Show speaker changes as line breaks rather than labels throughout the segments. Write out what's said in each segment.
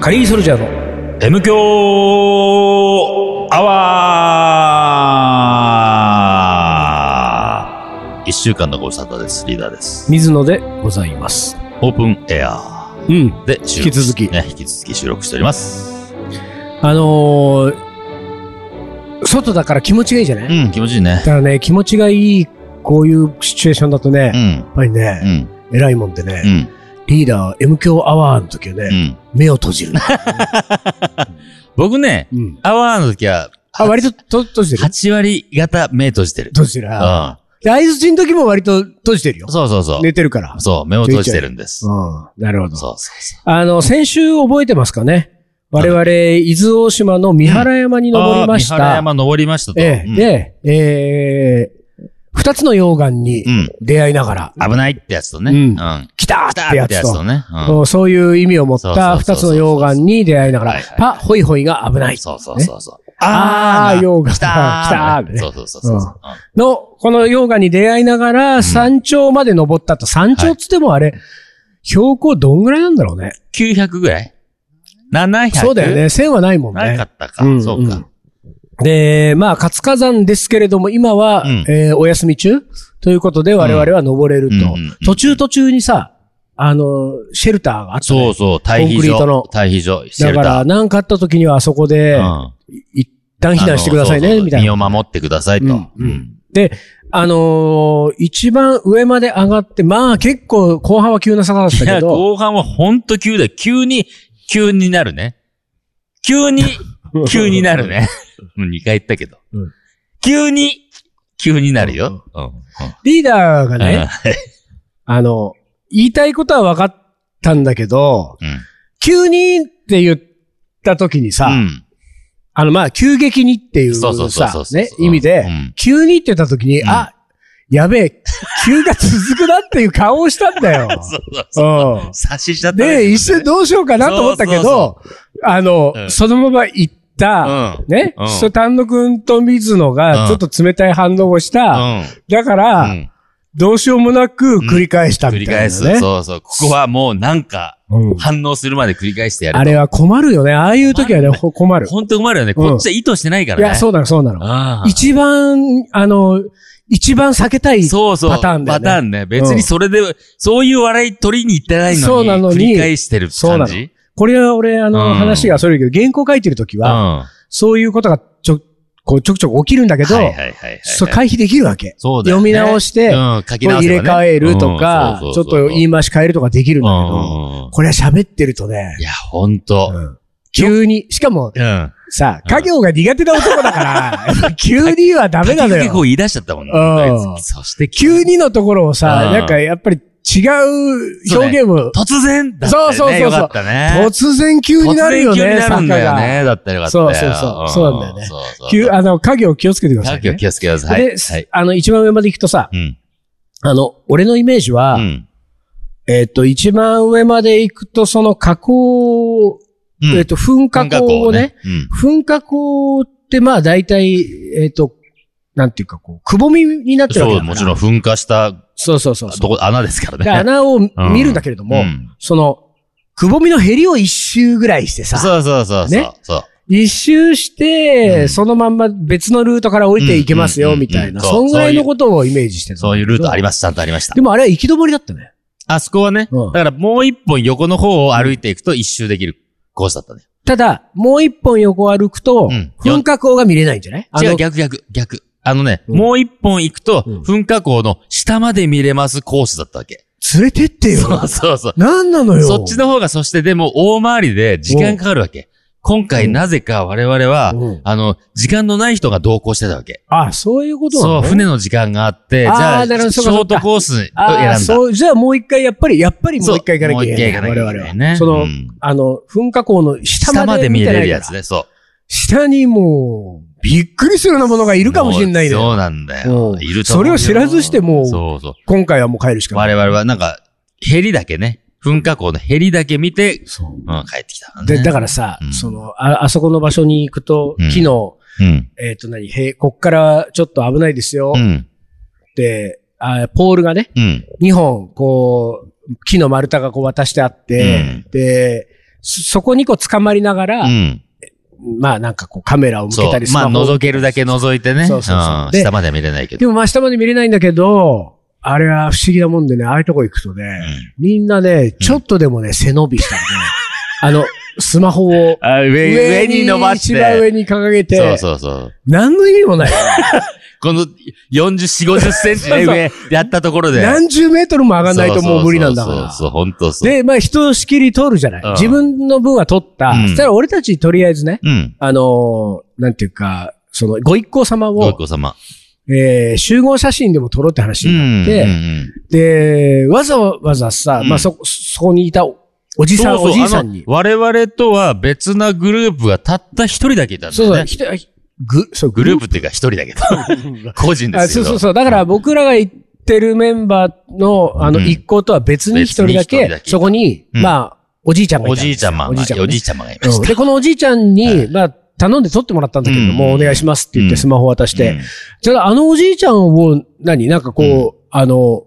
カリーソルジャーの
M 強アワー一週間のご無沙汰です。リーダーです。
水野でございます。
オープンエア
うん。
ーで収録
引き続き
ね、引き続き収録しております。
あのー、外だから気持ちがいいじゃない、だ
うん、気持ちいいね。
からね、気持ちがいい、こういうシチュエーションだとね、
う
やっ
ん、
ぱり
う
ね、
ん、
偉いもんでね、
うん、
リーダー M 強アワーの時はね、
うん。
目を閉じ る。
僕ね、
うん。
アワーの時は、
あ、割とと閉じてる
8割方目閉じてる。
閉じてる。
う
あ
ん。
で、相づちの時も割と閉じてるよ。
そうそうそ
寝てるから
う。。そう、目を閉じてるんです。そう
うん。なるほど。
そうそ
あの、先週覚えてますかね我々、伊豆大島の三原山に
う。
登りまし
あー三原
た。
山登りましたと。
ええ、
うん
で、えー、二つの溶岩に
うん。
出会いながら、
危ないってやつとね。
うん
うん。
来た
来た
ーっ
って
て
や
やつ
つと
と、
ね。
そ
うん
うそういう意味を持った
そ
二
う
つ
そうそうそう
の溶岩に出会いなが
はい
ら
はい、
パ、ホイホイが危ない。
そうそうそうそう。
あー
な
溶岩
来たー
来たー
なそうそうそうそうそう。
の、この溶岩に出会いながら、山頂まで登ったと。山頂っつってもあれ、標高どんぐらいなんだろうね。
900ぐらい ?700?
そうだよね。。線はないもん
なか
ね。
ったか
う。ん
そうか。
で、まあ、活火山ですけれども、今は、
うん
えーお休み中ということで、我々は登れる
うん
と
うんうん。
途中途中にさ、あの、シェルターがあったね
そうそう。退
コンク
避
リートの
所。退避所。シェ
だ
ル
か
タ
ら、
ー
何かあった時にはあそこで、
うん
一旦避難してください
あ
ね、
のそうそう
みたい
身
な。
を守ってくださいと。
う
うんん。
で、あのー一番上まで上がって、まあ結構後半は急な坂だっ
い
たけ
や、
ど、
後半はほんと急だよ。急に、急になるね。急に、急になるね。もう2回言ったけど
うん。
急に、急になるよ。うんうん
リーダーが
うん
ね、あの、言いたいことは分かったんだけど、
うん
急にって言った時にさ、
うん
あの、まあ、急激にっていう
そうそうそうそ
さ
う、そう
ね、意味で、
うん
急にって言った時に、
うん
あ、やべえ、急が続くなっていう顔をしたんだよ。
そうそうそう。
うん
察しちゃったね。
で、一瞬
ど
どうしようかなと思ったけど
そ、
あの、
うん
そのまま行った、
うん。
ね、
うん
そう丹野くんと水野
う
が
ん
ちょっと冷たい反応をした、だから、
うん。
どうしようもなく繰り返した
繰
み
り
たいな、ね。
返す。そうそう。ここはもうなんか、
うん
反応するまで繰り返してやる。
あれは困るよね。ああいう時はね、
困る
ほ困る。
本当困るよね。
うん
こっちは意図してないか
い
らね。
や、そうなの、そうなの。
ああ
一番、あの、一番避けたい。
そうそう。
パターンだよね
パターンね。別にそれで、そういう笑い取りに行ってないのに。
そうなのに
繰り返してる
そうな
感
の
じ。
これは俺、あの、
うん
話がそれるけど、原稿書いてる時
うん。
は、
は
そういうことがちょ、こう、ちょくちょく起きるんだ
い
けど、
はいはいはい。
そう、回避できるわけ。
そうだよね
読み直して
うん書き直
入
せ
れ
ばね
替えるとか、
うん
ちょ
そう
っ
そうそう
と言い回し変えるとかできるんだけど、
うん
これは喋ってるとね
い、や、ほんと。
うん急に、しかも
うん。
さ、
うん
家業が苦手な男だから、やっぱ急にはダメなの
結構
よ。
言い出しちゃったもんね
うん。
そして、
急にのところをさ、
うん
なんかやっぱり違う表現を、
突然だったよね。
そうそうそうそう
よかったね。
突然急になるよ
突然急に
ね、
なるんだよ
坂が。
ね。だったらよかったよ。
そうそうそうそうなんだよね
そうそう
急、あの、家業気をつけてくださ
さ
いね、
っきは気をつけてください。
で、
はい。
あの、一番上まで行くとさ、
うん。
あの、俺のイメージは、
うん。
えっ、と、一番上まで行くと、その火口を、
うん
えっ、と、噴火口をね、。
うん。
噴火口って、まあ、大体、えっ、と、なんていうか、こう、くぼみになってるわけだ
そう、
から。
もちろん噴火した
そうそうそうそ
とこ、穴ですから
う。
ね。
で、穴を見るんだけれども、
うん
その、くぼみの減りを一周ぐらいしてさ、
そうそうそう。
ね
そう。そう。
一周して、
うん
そのまんま別のルートから降りていけます
うん
よ、
うんうんう
み
ん
たいな、
そう
そんぐらいのことをイメージしてる。
そういうルートあり
ま
ます。ちゃんとありました
で。もあれは行き止まりだったね。
あそこはね、
うん
だからもう一本横の方を歩いていくと一周できるコースだったね。
ただ、もう一本横を歩くと
うん、
噴火口が見れないんじゃないあ
違
の
う、逆逆、逆。あのね、
うん
もう一本行くと、
うん
噴火口の下まで見れますコースだったわけ。
連れてってよ。
そう そうそう。
なんなのよ。
そっちの方が、そしてでも大回りで時間かかるわけ。今回なぜか我々は、
うん
あの、時間のない人が同行してたわけ。
あ、そういうことな
そ
の
う、船の時間があって、じ
あー
ゃあ、シ
なるほどそうか
ョートコースを選ん
あ
だ。
あ、そう、じゃあもう一回、やっぱり、やっぱりもう一回行かなきゃいけない。
そうもう一回行かなきゃいけないね
我々は。
う
そ
ん
の、あの、噴火口の下まで
下まで見
てない
れ
から
るやつ。ね、そう。
下にもう、びっくりするようなものがい
い
るかもしれないね。
そうなんだよ
う。ん
いると思うよ
それを知らずしてもう
そうそう。
今回はもう帰るしかない。
我々はなんか、ヘリだけね、噴火口のヘリだけ見て、
そう。
うん、帰ってきた、ね。
で、だからさ
う、ん
その、あ、あそこの場所に行くと、
うん
昨日、
うん。
えっと何、へ、こっからちょっと危ないですよ
う、ん。
って、あポールがね、
うん。
2本、こう、木の丸太がこう渡してあって、
うん
で、そそこにこう捕まりながら、
うん。
まあなんかこうカメラを向け
そ
た
う
り。
まあ、
スマホを
覗けるだけ覗いてね。
そうそうそうんで
下までは見れないけ
で
ど。
も真下まで見れないんだけど、あれは不思議なもんでね、ああいうとこ行くとね、
ん
みんなね、ちょっとでもね、背伸びした りね、あの、スマホを
あ上上に伸ば
一
し
番
て。
上に掲げて、
そうそうそう。
何の意味もない。
この40、50センチ
そう
ね、
そう
上やったところで。
何十メートルも上がんないともう無理なんだか
そうそう
ら
そう。そう、本当そう。
で、まあ人をしきり通るじゃない。
うん
自分の分は取った。
うん
そしたら俺たちとりあえずね、
うん。
あのーなんていうか、その、ご一行様
ご
を
一、行様。
えー集合写真でも撮ろうって話
う
になっ
ん。
て、
うん
で、わざわざさ、
うん
まあ、そ、そこにいたおおじさん、
そうそう
おじいさんに
あ。の我々とは別なグループがたった一人だけいたんだ
そうそ
よ
う、
ね。
ひとぐ、そう、
グループっていうか一人だけど。個 人で
あ
すけ
そう
ど。
そうそう。だから僕らが行ってるメンバーの、あの、
うん
一行とは別に一人だ
別に一
け
人だ、け
そこに、
うん
まあ、おじいちゃんがい
お
たん
じい
です
ちゃ
よ。
ま、
おじいちゃんが
お
ね
じいちゃまがいま
う
し
ん
た。
で、このおじいちゃんに、
はい
まあ、頼んで取ってもらったんだけど、
うん
もうお願いしますって言って
うん
スマホ渡して、
うん
じゃあ、あのおじいちゃんを、何なんかこう、
う
あの、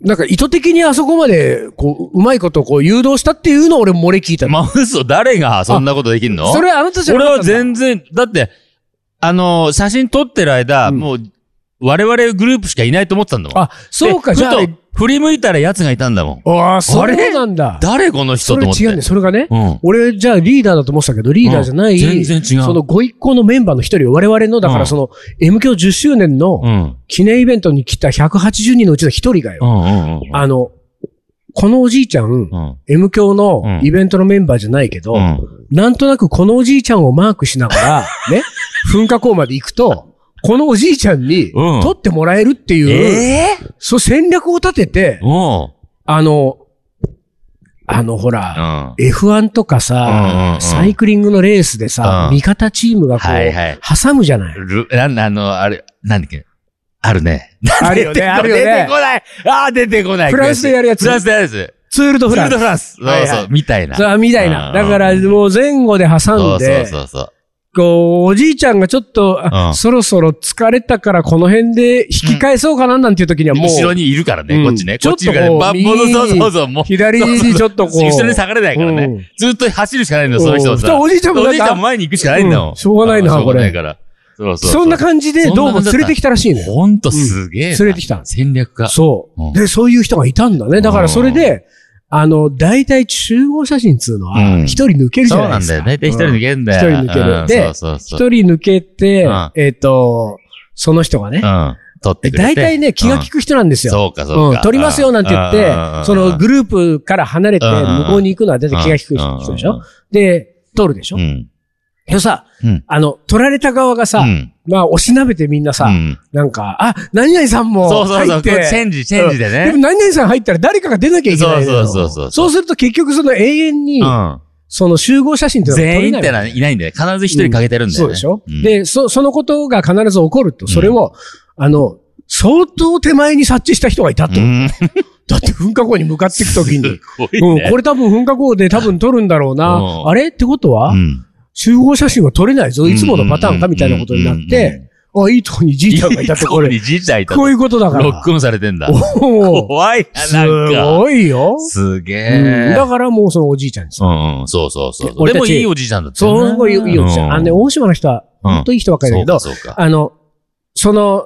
なんか意図的にあそこまで、こう、うまいことをこう誘導したっていうのを俺漏れ聞いたの。
まあ、嘘、誰がそんなことできんの
それはあなたじゃな
俺
かった
は
んだ
全然、だって、あの、写真撮ってる間、
うん
もう、我々グループしかいないと思ってたんだもん。
あ、そうか、
で
じゃあ
ふ。と、振り向いたら奴がいたんだもん。
ああ、そ
あ
う
れ
なんだ。
誰この人
そ
と
れ
思って。
違うんだよ。それがね、
うん。
俺、じゃあリーダーだと思ってたけど、リーダーじゃない、
うん全然違う
そのご一行のメンバーの一人、我々の、だか
う
ら
ん
その、M 教10周年の
うん。
記念イベントに来た180人のうちの一人が
う
よ、
んうんうん。
あの、このおじいちゃん、
うん。
M 教
う
の
ん
イベントのメンバーじゃないけど、
うん。
なんとなくこのおじいちゃんをマークしなが ら、ね、噴火口まで行くと、このおじいちゃんに、
うん
取ってもらえるっていう、そう戦略を立てて、
おう
あの、あの、ほら、
うん。
F1 とか
うんうん
さ
う、ん
サイクリングのレースでさ、
うん
味方チームがこ、
はいはいう
挟むじゃない。
ル、なん、あの、あれ、なんだっけ。あるね。
あるよね、あるよ
出て
ね。
こない。ああ、出てこない。
フランスでやるやつ
フランスでやるやつ。ツ
ツールドフ
ー
ラ
ル
ン
ド
ス。
フランス。そ
はいうは
そ、
いう
みたいな。
さあ、みたい
うん
な。だから、もう前後で
そ
挟ん
うそう
で、
そうそう。
こう、おじいちゃんがちょっと、あ
うん
そろそろ疲れたからこの辺で引き返そうかななんていう時にはも
後ろ
う、
にいるからね、
うん
こっちね。
ちょ
こ
っと
っちいるからね。
こう
バッポ
右
そうそうそう、もう。
左にちょっとこう。
後ろに下がれないからね。
うん
ずっと走るしかないの、そういう人は
うん
さ。
おじいちゃんもなんか
おじいちゃんも前に行くしかないんだも
うん
ん。
しょうがないな
あしょう
これ
ないから。そうそうう。
そんな感じで
そんな
どうも
感じだった
連れてきたらしいのよ。
ほんとすげえな、
うん連れてきた
戦略家。
そうう。
ん
で、そういう人がいたんだね。だからそれで、あの、大体集合写真っつうの
う
は、
ん
一人抜けるじゃ
そ
な
う
いで
なん
すか。
だよ。大体一人抜けんだよ。
うん一人抜ける
うん
で
そうそうそう。
一人抜けて
うん、
えっと、その人がね
う、ん。取ってくれて。
大体ね、気が利く人なんですよ。
そうか、そう
う
か。
ん、取りますよなんて言っ
う
て
んうんうんう、ん
そのグループから離れて、
うんうんうん
向こうに行くのは大体気が利く人でしょで、取るでしょ
うんうん。
でさ
うん、
あの、取られた側がさ
う、ん。
まあ、おしなべてみんな
う
さ、
ん
なんか、あ、何々さんも
そうそうそ
入
う。
っ
チ
て、
ェンジ、チェンジで
でも
ね。
何々さん入ったら誰かが出なきゃいけないのよ
そうそうそうそう
そうすると結局その永遠に、
うん。
その集合写真っていうのは撮
全
れ
員
ないわ
っ
け
てのはいないんだよ。必ず一人欠けてるんだ
そ
よね。
うでしょ、
うん
で、そ、そのことが必ず起こると、それを、あの、相当手前に察知した人がいたと。
うん。
だって噴火口に向かっていくとき に。
すごい
うん、
ね。
これ多分噴火口で多分撮るんだろうな
う。ん
あれってことは、
うん
集合写真は撮れないぞ。いつものパターンかみたいなことになっ
うんうんうん
て、あ、いいとこにじいちゃんがいたところ
いいとこに自体いた
こういうことだから。
ロックオンされてんだ。
おー
怖いな、
す
なんか。
ごいよ。
すげ
うん
え。
だからもうそのおじいちゃんです。
うんうん、そうそうそうそう。
俺
で
た
も
ち
いいおじいちゃんだった
そう、すごいいいおじいちゃん。あのね、
お
大島の人は、
うん
ほんといい人ばっかりだけど、
そうかそうか。
あの、その、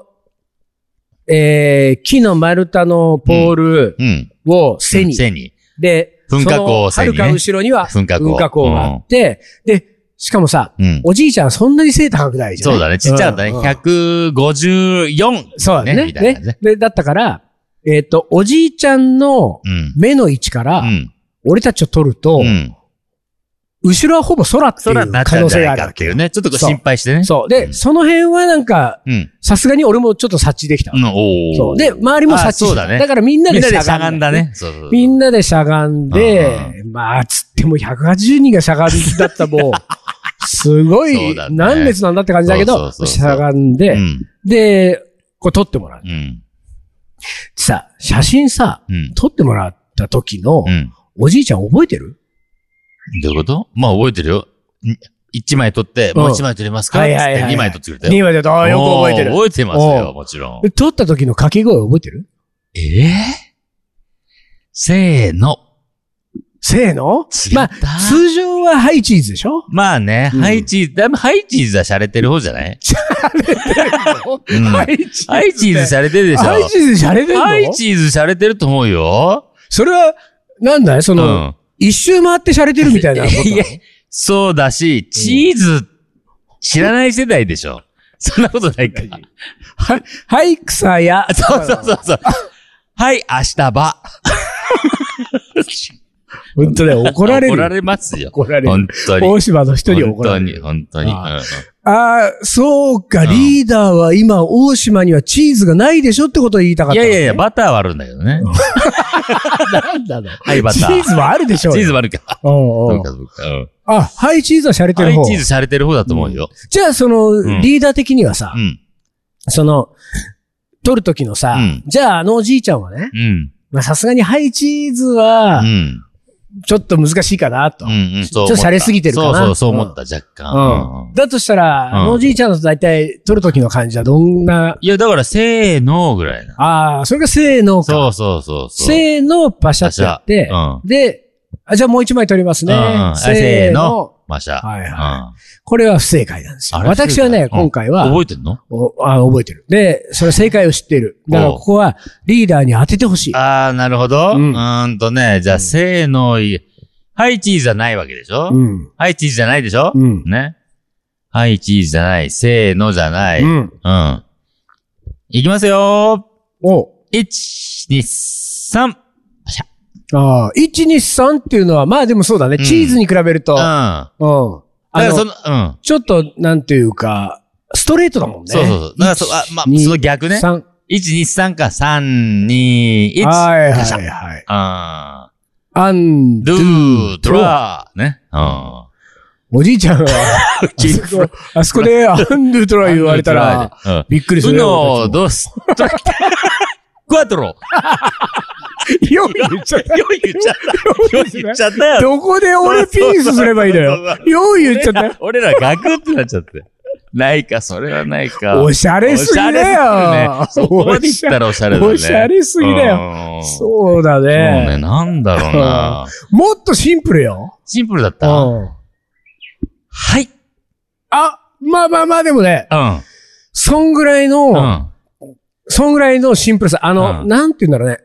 えー、木の丸太のポール
うん。
を背に、
背に。
で、
噴火口を
そ
背
の
にね
遥か後ろには
噴火口
噴火口があって、で、しかもさ、
うん。
おじいちゃんそんなに背高くないじゃん。
そうだね。ちっちゃかったね。
うんうん
154。
そうだね。
ねみたいなね
ねで、だったから、えっ、と、おじいちゃんの
うん。
目の位置から、
うん。
俺たちを撮ると、
うん。
後ろはほぼ空ってい
空
う
になっち
可
ゃう
能
んじゃ
性が
な
あ
い
る
か
わ
って
け
いう
よ。
ね。ちょっとこう心配してね。
そう。で、
うん
その辺はなんか、
うん。
さすがに俺もちょっと察知できたわ。
うん。おー
そう。で、周りも察知して
あそうだね
からみんなで
みんな
し
で
ゃ
しゃ
が
が
ん
ん
だ
だ
ね。
ね。そうそうそう
みんなでしゃがんで
うん、
まあ、つっても180人がしゃがんだったらも う、すご
そ
い、
うだね
何列なんだって感じだけ
そ
ど、
うそうそうそう
しゃがんで、
うん。
で、これ撮ってもらう。
うん。
さ、写真さ、
うん。
撮ってもらった時の
う、ん。
おじいちゃん覚えてる
どういうことまあ覚えてるよ。ん一枚取って、
うん
もう一枚取りますか
は
っ
い
つ
はいはい
って二枚取ってくれたよ。
?2 枚で、ああ、よく覚えて
おー
る。
覚えてます
お
よ、
う
もちろん。
撮った時の掛け声覚えてる
ええせーの。
せーの
違
ま
った
あ、通常はハイチーズでしょ
まあね、
うん
ハイチーズ、だいぶハイチーズは洒落てる方じゃない うん
ハイチーズって。
ハイチーズ洒落てるでしょ
ハイチーズ洒落てんの
ハイチーズ洒落てると思うよ。
それは、なんだいそうの、
ん。
一周回って洒落てるみたいなことなの。
いやそうだし、チーズ、知らない世代でしょ。そんなことないか。
ははい、草や。
そうそうそうそう。はい、明日ば。
本当だ よ、怒られるよ。
怒られますよ。
怒られる
本当に。
大島の一人
本
怒ら
当
れ
に、
る。
本当に。
あ
う
ああ、そうか、
うん
リーダーは今、大島にはチーズがないでしょってことを言いたか
ん
っ
い
た
や
のね。
いやいや、バターはあるんだけどね。
なんだろう。
はい、バタ
チ
ー。
ーズはあるでしょうよ
チーズはあるか。
おうお
そう
う
か、そうか。うん
あ、ハイチーズは洒落て
ハ
る
イ
方。
チーズ洒落てる方だと思うよ。
じゃあ、その、
ん
リーダー的にはさ
う、ん。
その、撮るときのさ、
うん
じゃあ、あのおじいちゃんはね、
うん。
まあさすがにハイチーズ
う
は、
ん。
ちょっと難しいかなと。
うんうん、そう
ち
思
ょ
た。
っと洒落すぎてるかな
そうそう、そう思った、若干。うん
だとしたら、
ん
あのおじいちゃんと大体撮るときの感じはどんな、
いや、だから、せーの、ぐらいな。
ああ、それがせーのか。
そうそうそうそう。
せーの、パシャってやって
パシャ、
で、あじゃあもう一枚撮りますね
うんうん。
せ
せ
ー
ー
の
の。マシャ。
はいは
は
これは不正解なんですよ。
あれ
私はね、
不正解うん
今回
い
は、
覚えてんの
おあ覚えてる。で、それ正解を知ってる。だから
おう
ここはリーダーに当ててほしい。
あー、なるほど。
う
うんんんとね、じゃあ、せーの、いはい、チーズじゃないわけでしょ
うん。
はい、チーズじゃないでしょ
うん。
ね。はい、チーズじゃない。せーのじゃない。
う
うん。
ん。
いきますよ
おう
ー。1、2、3。
ああ、1、2、3っていうのは、まあでもそうだね。
うん
チーズに比べると、
う。
うん
だ
ん。
か
あ
ら、
の
その、うん。
ちょっと、なんていうか、ストレートだもんね。
そうそうそう。だから、そ、あ、まあ、
一
その逆ね。
3。
123か、321。
はい
ガシャ
はいはい。
あ
アン
ー。ド
ドゥ、
ゥー、ドラー。ね。うん。
おじいちゃんは、あ
キ
そこあそこでアンドゥとら言われたら、
ドゥー、ドラーで
びっくりす
うん。う
る
の、
よ。
どうす、ドラクワトロ。
よい言っちゃった。
よい言っちゃった。よい言っちゃったよ。
どこで俺ピースすればいいの
そうそう
よ。よう言っちゃったよ。
俺らガクってなっちゃって。ないか、それはないか。
おしゃれすぎだよ
おしゃれ。すぎるねそこまで言ったらおしゃれだね。
おしゃれすぎだ
よそ
そ
う
うだ
ね。
ね。
なんだろ うな。
もっとシンプルよ。
シンプルだっ
う
たは
ん。
い。
あ、まあまあまあでもね、
うん。
そんぐらいの、
ん。
そんぐらいのシンプルさ。あの、
うん
なんて言うんだろうね。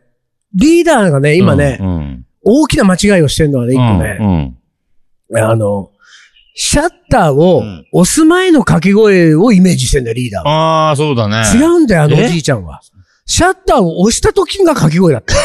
リーダーがね、今ね、
うんうん。
大きな間違いをしてるのはね、一個ね、
うん。
あの、シャッターを
うん
押す前の掛け声をイメージしてんだよ、リーダーは。
ああ、そうだね。
違うんだよ、あのお
え
じいちゃんは。シャッターを押した時が掛け声だった。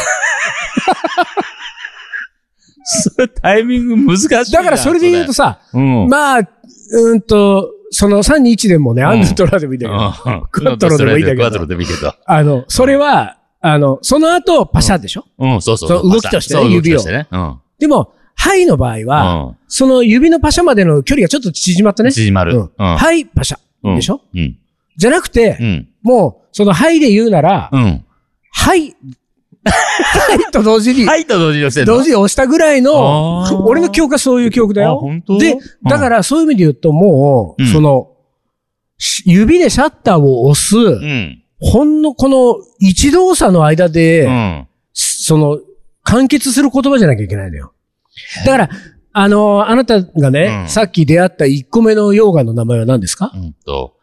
それタイミング難しいな。
だからそれで言うとさ、
それ、うん。
まあ、うーんと、その321でもね、
ん
アンドトラでもいいんだけど、
あ、
クワトロでもいいんだけど
クワトロでもいいけど。
あの、それは、あの、その後、パシャでしょ、
うん、そうそう。
そう動きとしてね
そう
指を
動きとしてね。うん。
でも、はいの場合は、その指のパシャまでの距離がちょっと縮まった
うん。
ね。
縮まる。
う
うんん。
はい、パシャ。
うん
でしょ
うん。
じゃなくて、
うん。
もう、そのはいで言うなら、
うん。
はい。はいと同時に、
はいと同時に押してんの
同時に押したぐらいの
あー、
俺の記憶はそういう記憶だ
あ
よ。
本当
で、だからそういう意味で言うともう、
うん
その、し指でシャッターを押す、
うん。
ほんのこの一動作の間で、
うん。
その、完結する言葉じゃなきゃいけないのよ。だから、あの、あなたがね、
うん
さっき出会った1個目の溶岩の名前は何ですか、
うんと。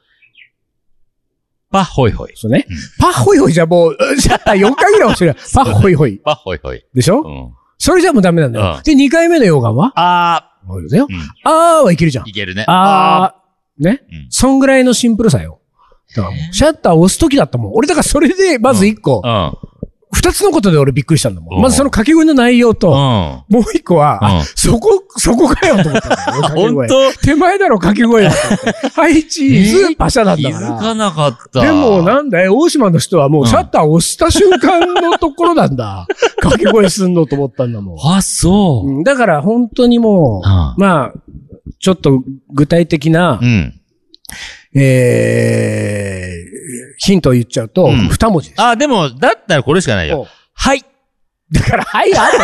パホイホイ。
そうね
うん。
パッホイホイじゃもう、 シャッター4回ぐらい押してる。パッホイホイ。
パホイホイ。
でしょ、
うん。
それじゃもうダメなんだよ。
うん
で、2回目の溶岩は
あ
そうだよ
ー。う
あーはいけるじゃん
ん。。いけるね。
あー、ね。
ー。うん
そんぐらいのシンプルさよ。だからもうシャッター押すときだったもん。俺だからそれで、まず一個
う、ん。
二つのことで俺びっくりしたんだも
うん
ん。まずその掛け声の内容
う
と、
ん。
もう一個は、
う
あ
ん
そこ、そこかよと思ったんだよ。掛け
本
声
当
手前だろ、掛け声だって。はい、チーズ、
えー
パシャだっ
気
た
づ
か
かなかった。
ら。でも、なんだい大島の人はもうシャッター押した瞬間のところなん だ。掛け声すんのと思ったんだもん。
あ、そう。
うんだから本当にも
あ
う、まあ、ちょっと具体的な、
うん。
えー、ヒントを言っちゃうと、
うん
二文字です。
あ、でも、だったらこれしかない
お
よ。はい。
だから、はい、あ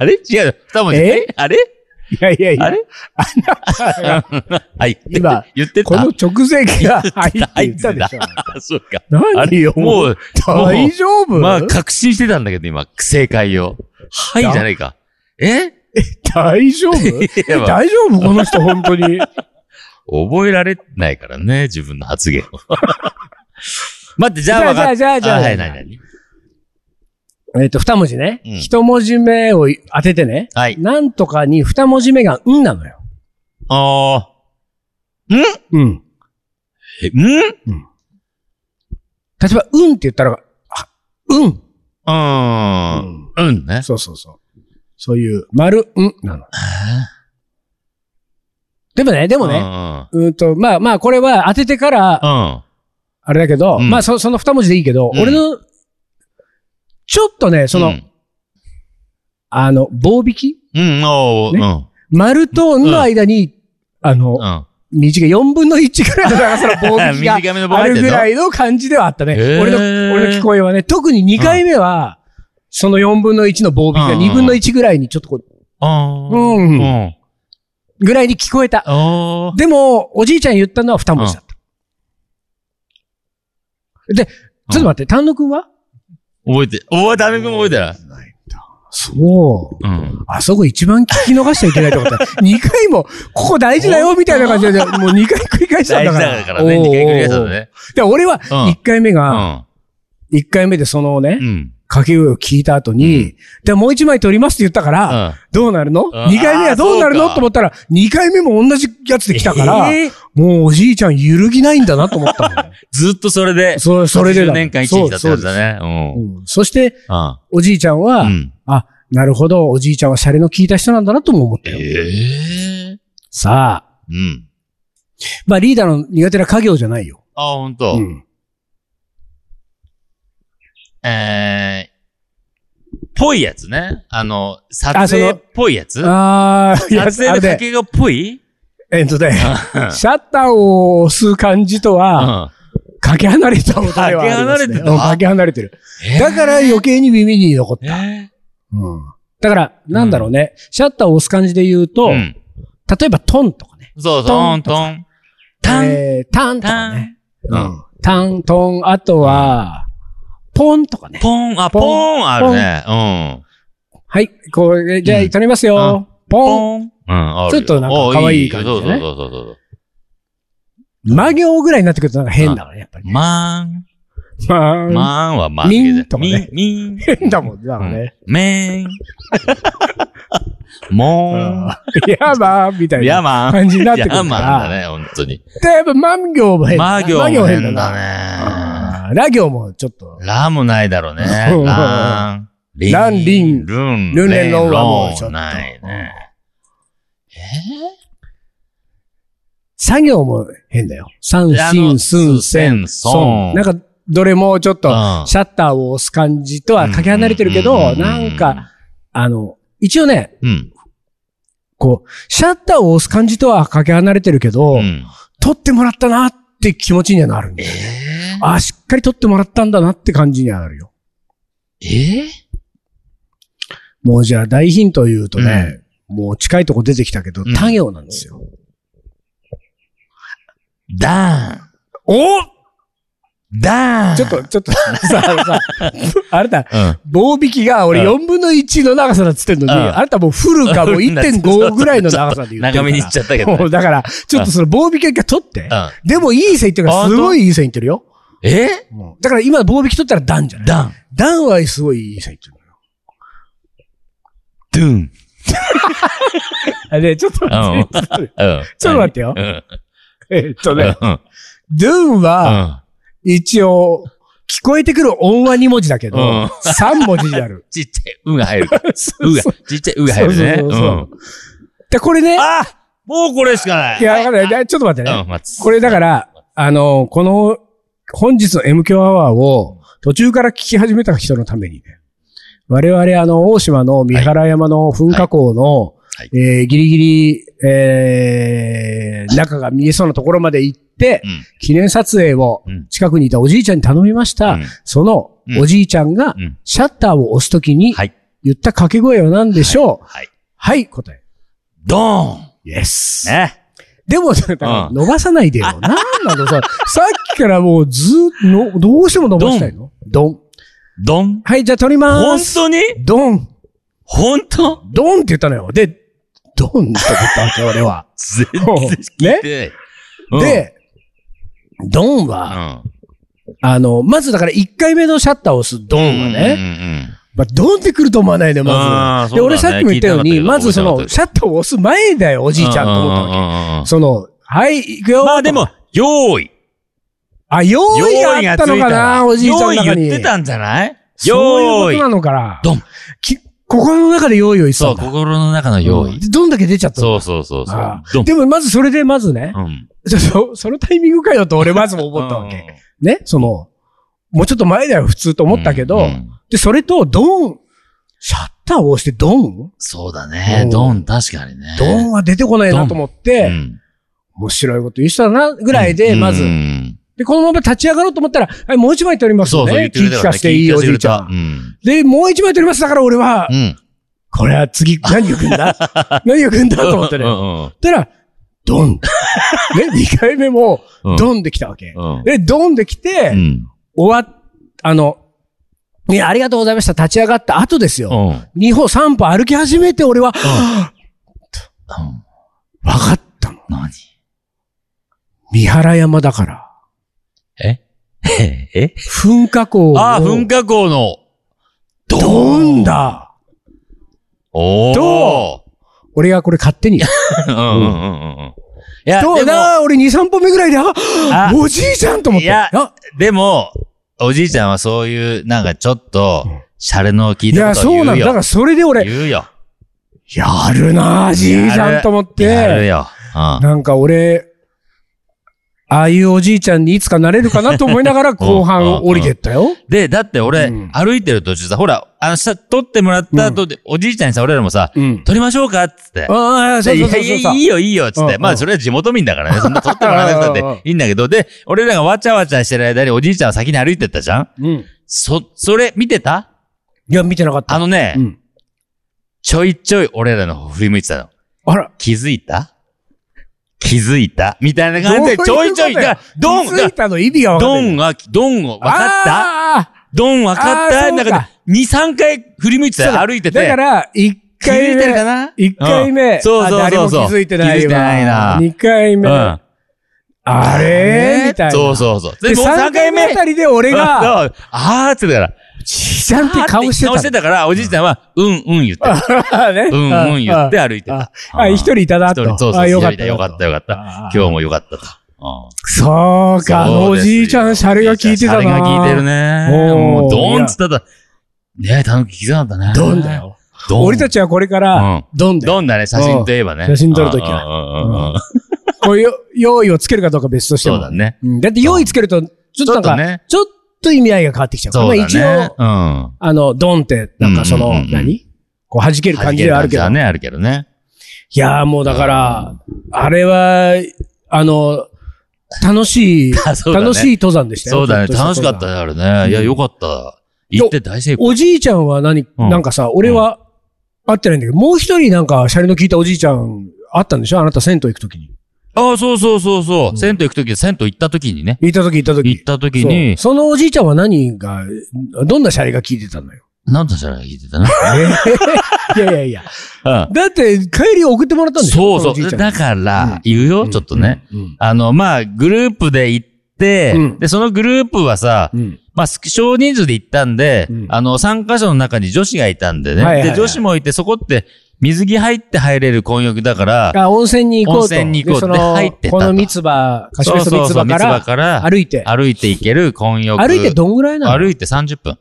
あれ違う。多分、
え
えあれ
るいやいやい
あ
や、
れ
あなたが
はい。
今、
言ってた。
この直前が、はいって言ったでしょ。
あ、そうか。 あ
何
れ
よ、
も
う。
う、もう
大丈夫
まあ、確信してたんだけど、今、正解を。はいじゃないか。ええ
大丈 夫え
いやまあ
大丈夫この人、本当に。
覚えられないからね、自分の発言 を。待 って、じゃあ分
じ
か
ゃ
っ
あじゃあじゃあ
あ
じゃあ
はい、何々
えっと、二文字ね。
うん
一文字目を当ててね。
はい。
なんとかに二文字目が、んなのよ。
あ
うん。
ー。えんう
例えば、うんって言ったら、あうん。
ーん。うんね。
そうそうそう。そういう、丸、うん、なの。でもね、でもね、
ね。
うんと、まあまあ、これは当ててから
う、ん。
あれだけど、
うん
まあそ、その二文字でいいけど、
うん
俺の、ちょっとね、その、
うん、
あの、棒引き
うん、おー、
ね丸とんの間に、あの、
うん。うん。
短い4分の1くらいの長さの棒引きが
短めの棒
あ
入
る
ってん
ぐ
の
らいの感じではあったね。
へー
俺の、俺の聞こえはね、特に2回目は、その4分の1の棒引きが
うん
2分の1ぐらいにちょっとこう、
あー
うん
うん。
ぐらいに聞こえた。
あー。
でも、おじいちゃん言ったのは2文字だった。で、ちょっと待って、丹野くんは
覚えて、覚え、ダメ君覚えてない。
ないんだ。そう。
うん。
あそこ一番聞き逃しちゃいけないとこ だ。2回も、ここ大事だよみたいな感じで、もう2回繰り返したん
大
だ
事
から。
だからね、二回繰り返したのね。
で、俺は
うん
1回目が、1回目でそのね
う、ん。
掛け声を聞いた後に、で、もう1枚取りますって言ったか
う
ら、
ん。
どうなるの ?2
ん
回目はどうなる
あーそう
の
か
と思ったら、2回目も同じやつで来たから、
えー
もうおじいちゃん揺るぎないんだなと思った の。
ずっとそれで、
そそれでだ。
80年間一日だったやつ
そう
だね。うん。
そううんそして、
あ
おじいちゃんは、
あうん。
あ、なるほど、おじいちゃんはシャレの効いた人なんだなとも思ったよ。
え。
さあ、
うん。
まあリーダーの苦手な家業じゃないよ。
ああ、ほんと。
ん。
えー、ぽいやつね。あの、撮
あそ
影
の
っぽいやつ撮
ああ、いや、あれ
影で掛
で、
けがっぽい
えっとね、
うん
シャッターを押す感じとは、かけ離れた音ではあります、ね。
かけ離れてた
うんかけ離れてる。
えー
だから余計に耳に残った。
え
うん。だから、なんだろうね、シャッターを押す感じで言う
ー
と、
うん。
例えばトンとかね。
そうそう、
ト
ト
ン
ン
とか
トン。タン、
えータンと
タ
か
ン
ね。、
う
うんん。タン、トン、あとは、ポンとかね。
ポン、あ、
ポン
ポンあるね。
はい、これ、じゃあ、
うん
取りますよ。
うん。
ポン。
ポン。うん、あ
ち
る
ょっとなんか
お
可愛い感じね
そうそうそうそう。
魔行ぐらいになってくるとなんか変だからね、やっぱりね。
まーん。
まあ、
まーんはまーん。
みんとかね
みん。みん。
変だもんね、だからね。
めーん。もーん。
やばーみたい
ヤ
な
ーマン。
感じになって
ヤ
くるから。
ーマンだね、本当に。
で、やっぱ、マン行も変だな。
マ行も変だ
な。
ね。
あーラ行もちょっと、
ラもないだろうね。
うん
ラン。リ
ランリン
ルン。
ルンレンロンはもう
レン
ちょっと
ないね。
作業も変だよ。三
あ
シ
の
ン、スン、セン、
セン
ソン。なんか、どれもちょっと
うん、
シャッターを押す感じとはかけ離れてるけど、
うん
なんか、、あの、一応ね、
うん。
こう、シャッターを押す感じとはかけ離れてるけど、
うん
撮ってもらったなって気持ちにはなるんだよね。あ、しっかり撮ってもらったんだなって感じにはなるよ。
えー
もうじゃあ大ヒント言うとね、もう近いとこ出てきたけど、
うん
他行なんですよ。
ダーン。
お
ダーン。
ちょっ と、ちょっと、さあ、さあ、あれだ、
うん。
棒引きが俺
う
4分の1の長さだっつってんのに、
うん
あなたもうフルかもう1.5ぐらいの長さで言ってるから。
長めに行っちゃったけど
も
ね。
うだから、ちょっとその棒引きを一回取って。
う
でもいい線いってるから、
あ
すごいいい線いってるよ。
んえ
だから今棒引き取ったら段じゃない
ダン。
段はすごいいい線いってるのよ。
ドゥン。
あれ、 ちょっと待って。
うん。
ちょっと待ってよ
う。ん。
えっと
うん。
ね、ドゥンは、
う
一応、聞こえてくる音は2文字だけど、
うん
三3文字にな
。
る
ん。ちっちゃい、うが入るから。
そうう
が
そう、
ちっちゃい、うが入るね。
そうそうそう
うん。
で、これね、
あもうこれしかない
いや、わかんないだ。ちょっと待ってね。
うん、待つ。
これだから、あの、この、本日の M 強アワーを途中から聞き始めた人のためにね、我々あの、大島の三原山の噴火口の、
はい
えーギリギリ、えー、中が見えそうなところまで行って、
うん
記念撮影を
うん
近くにいたおじいちゃんに頼みました。
うん
その
うん
おじいちゃんが
うん
シャッターを押すときに
はい。
言った掛け声は何でしょう
はい。
はい、答え。
ドーン
イエス。
ね。
でも、だから
うん
伸ばさないでよ。なんな のさ、さっきからもうずーっとの、どうしても伸ばしたいのドン。
ドン
はい、じゃあ撮りま
本
ーす。
当に
ドン。
本当
ドンって言ったのよ。で、ドンって言ったわけ、俺は。
全然聞いてない。
で、ドン
うん、
は、あの、まずだから1回目のシャッターを押すドン
う
は
ん。
ね、
ね。
まあ、ドンって来ると思わないで、
あ
ま
ー
ず。
そうだ
で、俺
ね
さっきも言ったよう
聞
に、
いてなか
ま
ったけど
ずその、シャッターを押す前だよ、お
お
じいちゃんと思ったわ
わ
け。その、はい、行くよ。
まあでも、用意。
あ、用
用
意
意
があ
が
っ
つい
たのかな、おじいちゃんの
用
中
意
に。
言ってたんじゃない
そう
用
いう
意
ことな。のかな。
ドン
き心の中で用意を言って
そ
た
う、
んだ。
心の中の用
うん
意。
でドンだけ出ちゃったの
そうそうそうそう
あ。
ドン
でも、まずそれで、まずね、
うん。
ちょっと、そのタイミングかよと俺まずも思ったわけ。
うん。
ね、その、もうちょっと前だよ、普通と思ったけど、
うん
で、それと、ドン、シャッターを押してドン
そうだね
う。ん
ドン、確かにね。
ドンは出てこないなと思って、
うん
面白いこと言う人だな、ぐらいで、まず、
うん
で、このまま立ち上がろうと思ったら、はい、もう一枚撮ります
そ
よ
うそう、
ね
言。ってくれた
聞
から
か
ね
せていいおじいちゃ。
うんん。
で、もう一枚撮ります。だから俺は、
うん。
これは 次、何行くんだ何行くんだと思ってね。
う
たら、ドン。ね、 二回目も、
んうん。
ドンできたわけ。
うん。
で、ドンできて、
うん。
終わっ、あの、ね、ありがとうございました。立ち上がった後です
う
よ。
ん。うん
二歩三歩歩き始めて、俺は、分かったの。
何
三原山だから。
え え
噴火口を。
ああ、噴火口の、ド
ドン。だ。
おー。
ド俺がこれ勝手に。
うんうんうんうん。いや、で
どう
も、
だ俺二三歩目ぐらいで、あ
あ
おじいちゃんと思って。
いや
あ
でも、おじいちゃんはそういう、なんかちょっと、シャレの聞い
い
た
や、
ことを
そ
言
うなん
う
だ。だか
よ。
らそれで俺、
言うよ。
やるなあじいちゃんと思っ
やる
て。
よ。うん。
なんか俺、ああいうおじいちゃんにいつかなれるかなと思いなが ら後半降りてったよ。
で、だって俺、
うん
歩いてる途中さ、ほら、あの、さ、撮ってもらった後で、おじいちゃんにさ、俺らもさ、
うん。
撮りましょうかっつって。
ああ、そう
い
そう
や
そう
い
そ
や
う
い
そ
や
う。
いいよ、いいよ、っつっ
うんう
て。
ん
まあ、それは地元民だ からね。そんな撮ってもらわなくたっていいんだけど、で、俺らがわちゃわちゃしてる間におじいちゃんは先に歩いてったじゃん
うん。い
そ、それ見てた
や、見てなかった。
あのね、
うん。
ちょいちょい俺らの方振り向いてたの。
あら、
気づいた気づいたみたいな感じで、ち
どう
ょ
いう
い
こと
ちょ
だよ
い、だドン
気づいたの意味がわかん
ド
ない。
ンは、ドンを、分かった
あー
ドン分かった
あー
な
そう
んか
か、
2、3回振り向い
そ
て
う
たよ歩いてて。
だから、一
気づ
回
いてるか
目、
な
一回
う
目
ん、そうそうそうそう
あ誰も気づいてない
気づいてない
わ
な。
二回目、
うん
あれ
ね
みたいな。
そうそうそう。
で、三回目あたりで俺 が、
ああーって言ったから。
じいちゃんって顔して
あーって顔してたから、おじいちゃんは、うんうん言ってた。
た。ね
うんうん言って歩いて
あ
た。
あ、一人いたな
一
と。
人、そうそ
あ
う。
よ
よ
かっ。
かったた、よかった、よかった。
あー
今日もよかったと。うん
そうか、あのおじいちゃん、シャレが効いてたな。
シャレが効いてる
お
ね。
ー
もう、ドンっつったら、ねえ、たぬき聞きたかったね。
ドンだ。よ。
ドン。
俺たちはこれか
う
ら
ん、
ドンだよ。
ドンだね、写真といえばね。
うん写真撮るときは
は。うんうんうんうん
こういう用意をつけるかどうか別として
そ
も。
うだね。
うんだって用意つけると、ちょっとなん
ちょ
か、
っとね
ちょっと意味合いが変わってきちゃうから。
そうだね。
まあ一応、
うん。
あの、ドンって、なんかその、
うんうんうんうん
何こう弾ける感じではあるけど。
弾け感じはね、あるけどね。
いやーもうだから、あれは、あの、楽しい、
あそうだね
楽しい登山でしたよ。
そうだね。
ちょとした
楽しかったね、あれね。いや、よかった。行って大成功。
おじいちゃんは何、
うん
なんかさ、俺は会ってないんだけど、もう一人なんか、シャレの効いたおじいちゃん、あったんでしょあなた銭湯行くときに。
ああ、そうそうそうそう。
ん
銭湯行くとき、銭湯行ったときにね。
行ったとき行ったとき。
行ったときに、
そうそのおじいちゃんは何が、どんなシャレが効いてたのよ。
なんとしたら聞い てたな。
いやいやいや。
うん
だって、帰り送ってもらったんでし
そ
ょ
うそう。だか
うん
ら、言うよ、ちょっとね。。
うんうん
あの、まあ、グループで行って
うん、
で、そのグループはさ、
うん。
まあ、少人数で行ったんで
うん、
あの、参加者の中に女子がいたんで
はいはい
ね。
はい
で、女子もいて、そこって、水着入って入れる混浴だから、
あ、温泉に行こうと。
温泉に行こう
で
と
その
で入ってたと
この三つ葉、カシ
そう
メソ
そう
三つ
そ
葉
う、
か
三つ葉
ら
から、
歩いて。
歩いて行ける混浴。
歩いてどんぐらいなの
歩いて30分。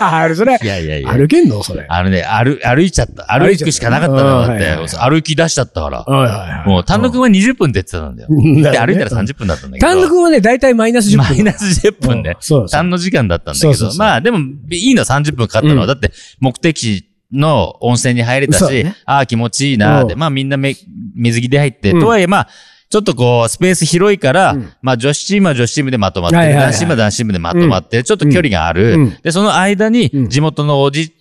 あれ、 それ
い。やいやいや。
歩けんのそれ。
あのね、歩、歩いちゃった。
歩
歩
いちゃった
くしかなかったの
うん
だっ
は
て、
いはい
歩き出しちゃったから。
はいはいはい
もう、丹野くんは20分って言ってたんだよ。
うん
で、
だよね
歩いたら30分だったんだけど。
単独はね、だいたいマイナス10分。
マイナス10分
う
で
ん。そうそう
3の時間だったんだ
そう
け
そう
ど
そう。
まあ、でも、いいの30分かかったの
うん
は、だって、目的地の温泉に入れた
そうだ
し
ね、
ああ、気持ちいいな
うん
で、まあ、みんなめ、水着で入って、
うん
とはいえ、まあ、ちょっとこう、スペース広いから
うん、
まあ、女子チームは女子チームでまとまって
はい
る、
はいはい
男子チームは男子チームでまとまってる、ちょっと距離があ
う
る
ん。
で、その間に
うん、
地元のおじ、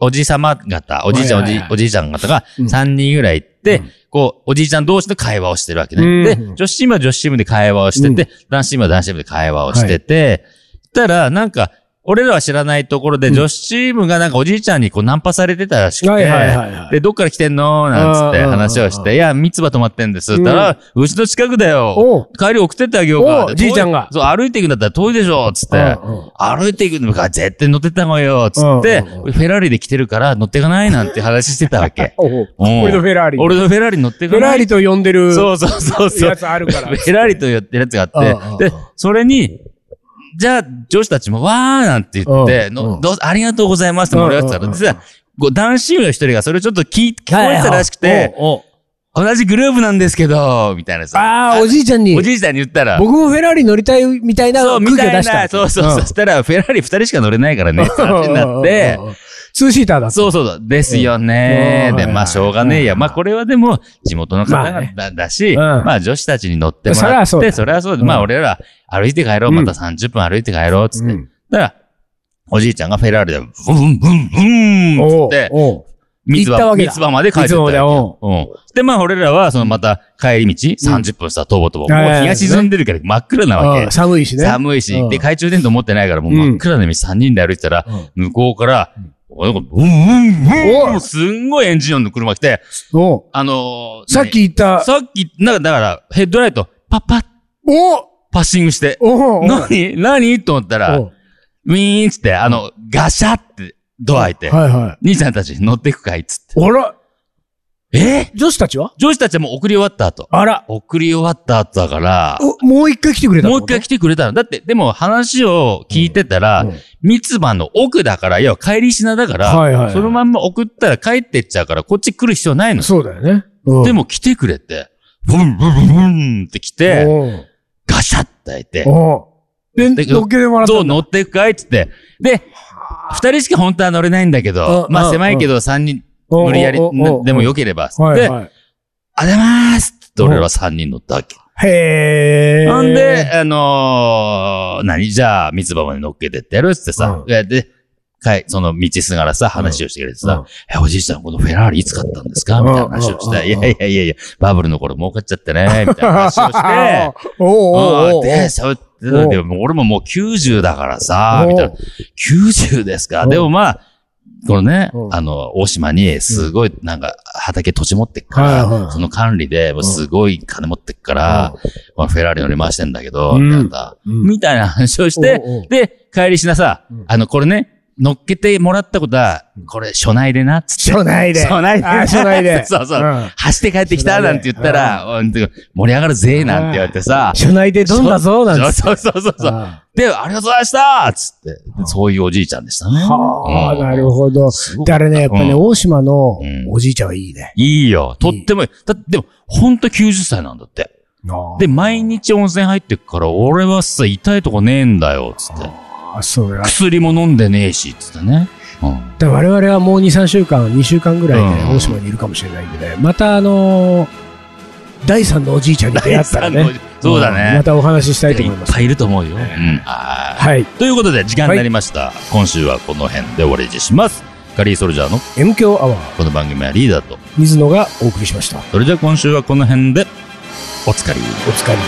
おじさま方、おじいちゃん、お
はい
じ
はいはい、
おじいちゃん方が
うん
3人ぐらい行って、こう、おじいちゃん同士の会話をしてるわけね。で
うん、
女子チームは女子チームで会話をしてて、男子チームは男子チームで会話をしてて、したら、なんか、俺らは知らないところで、
うん
女子チームがなんかおじいちゃんにこうナンパされてたらしくて、
はいはいはいはい
で、どっから来てんのなんつって
あー
話をし
あー
て、いや、三つ葉泊まってんです。つったら、うちの近くだよ。
おう
帰り送ってってあげようか
お。う
で
じいちゃんが
そう、歩いていくんだったら遠いでしょ、つって。
うんうん
歩いていくのか、絶対乗ってったのよ、つって、
うんうん。
フェラーリで来てるから乗ってかないなんて話してたわけ
おう
うん
俺のフェラーリ。
俺のフェラーリ乗って
フ
か
ェラ
な
ー
い
リと呼んでる
そうそうそうそう
や。つあるから。
フェラーリとやってるやつが
うん
あ
うん
って、で、それに、じゃあ、女子たちも、わーなんて言って、
うんう
の
ん
どうありがとうございますって盛り上がってた
うんう
ら、
んうん
実は、こう男子部の一人がそれをちょっと聞い聞こえてたらしくて、
おうおう
同じグループなんですけど、みたいなさ、
ああ、おじいちゃんに
お。じいちゃんに言ったら、
僕もフェラーリ乗りたいみたいな
そう、
空
み
気を
た
出
い
した
な、。そうそう、そしたら、フェラーリ二人しか乗れないからね、って話になって
うん、うんうんうん、ツーシーターだった。
そうそうそう、ですよ
う
ね
ん。
で、まあ、しょうがねえや。まあ、これはでも、地元の方
まあね
だだし、
うん
まあ、女子たちに乗っても
そり
ら
ゃ
っ
そうだ
て、それはそうで、
うん
まあ、俺ら、歩いて帰ろう。
うん
また30分歩いて帰ろう、つって。
うん
だから、おじいちゃんがフェラーリで、ブンブンブンブンっつ
お
っ
う
て、
おう
三つ
行った
葉、
わけだ
三つ葉まで帰って
いつ
った
も
わけ
で、
よ。
おう
うん。で、まあ、俺らは、その、また、帰り道、30分さ、とぼとぼ。もう、
はいはいはい
日が沈んでるから真っ暗なわけ
うん。寒いしね。
寒いし
う、ん
で、懐中電灯持ってないから、もう真っ暗な道3人で歩いてたら、向こうから、おなんかうんうんう
お
ん、
い
すんごいエンジン音の車来て、
おう
あのー
さっき言っ
何
た、
さっき、なんか、だから、ヘッドライト、パッパッ、
おう
パッシングして、
おうおう
何何と思ったら、
お
ウ
う
ィーンっつって、あの、ガシャってドア開いて、
はいはい。
兄ちゃんたち乗ってくかいっつって。
あら、
え
女子たちは
女子たちはもう送り終わった後。
あら、
送り終わった後だから、
おもう一回来てくれた
もう一回
来
来てくれたの。だって、でも話を聞いてたら、三つ葉の奥だから、要は帰り品だから、
はいはいはい
そのまんま送ったら帰ってっちゃうから、こっち来る必要ないの。
そうだよね。うん
でも来てくれて、ブンブンブンって来て、
おう
ガシャッと開いて、
おうで、
だけど
乗っけてもらった
ど
の
う乗っていくかいっつって。で、二人しか本当は乗れないんだけど、
うん
ま
う
あ
ん
狭いけど三人、
おう
無理やり
おうおうお、う
でも良ければ。
はい
で、
は
あざますっつって俺らは三人乗ったわけ。
い。へえ。
なんで、、あのー、何じゃあ、三つ葉まで乗っけてってやるっつってさ、
う
で、かい、その道すがらさ、話をしてくれてさ、え、おじいちゃん、このフェラーリいつ買ったんですか
うん
みたいな話をしたら、
うん
いやいやいやいや、バブルの頃儲かっちゃってね、みたいな話 をして、
おうおうおうおうん
うで、そう言ってたけど、もう俺ももう90だからさ、みたいな。90ですか
うん
でもまあ、このね
う、ん
あの、大島に、すごい、なんか、畑土地持ってっか
はいは
ら、
い
その管理で、もうすごい金持ってっから、まあフェラーリ乗り回してんだけど、
うん
みたいなさ
うん
みたいな話をして、
おうおう
で、帰りしなさ
うん、
あの、これね、乗っけてもらったことは、これ、所内でな、つって。
署内で。
署内で
あー署内で。
そうそう
うん
走って帰ってきたなんて言ったら、うん盛り上がるぜ、なんて言われてさ、
署内でどんだぞ、なんつって。
そうそうそうそう。
あ
で、ありがとうございましたつって、でそういうおじいちゃんでしたね
ー。はあ、
うん
なるほど。
ご
で、あれね、やっぱね、
うん
大島の
うん
おじいちゃんはいいね。
いいよ。とってもいい。だって、でも、ほんと90歳なんだって。で、毎日温泉入ってくから、俺はさ、痛いとこねえんだよ、つって。
あ、そうや。だか
薬も飲んでねえし、つってね。うん。
ら我々はもう2、3週間、2週間ぐらい
うん
ね、大島にいるかもしれないんでね。また、あのー、第3のおじいちゃんに出会ったらね。
そうだ
んま
ね。
たお話しした
い
いと思い
っ
ます。
ぱいいると思うよ。うん。はい。
はい。
ということで、時間になりました。今週はこの辺で終わりにします。カリーソルジャーの
M 強アワー、
この番組はリーダーと。
水野がお送りしました。
それじゃあ今週はこの辺で、おつかり。
お疲れ。